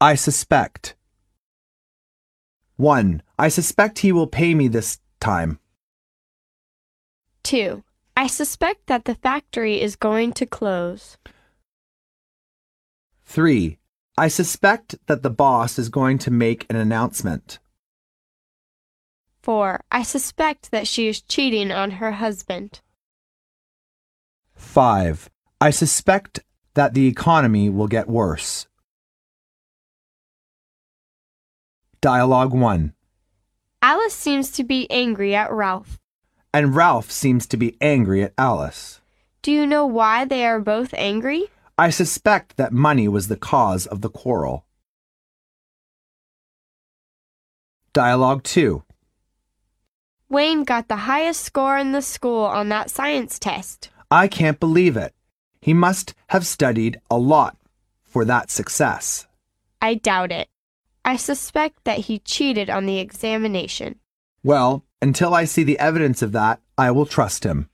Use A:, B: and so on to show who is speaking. A: I suspect. 1. I suspect he will pay me this time.
B: 2. I suspect that the factory is going to close.
A: 3. I suspect that the boss is going to make an announcement.
B: 4. I suspect that she is cheating on her husband.
A: 5. I suspect that the economy will get worse. Dialogue 1.
B: Alice seems to be angry at Ralph.
A: And Ralph seems to be angry at Alice.
B: Do you know why they are both angry?
A: I suspect that money was the cause of the quarrel. Dialogue 2.
B: Wayne got the highest score in the school on that science test.
A: I can't believe it. He must have studied a lot for that success.
B: I doubt it. I suspect that he cheated on the examination.
A: Well, until I see the evidence of that, I will trust him.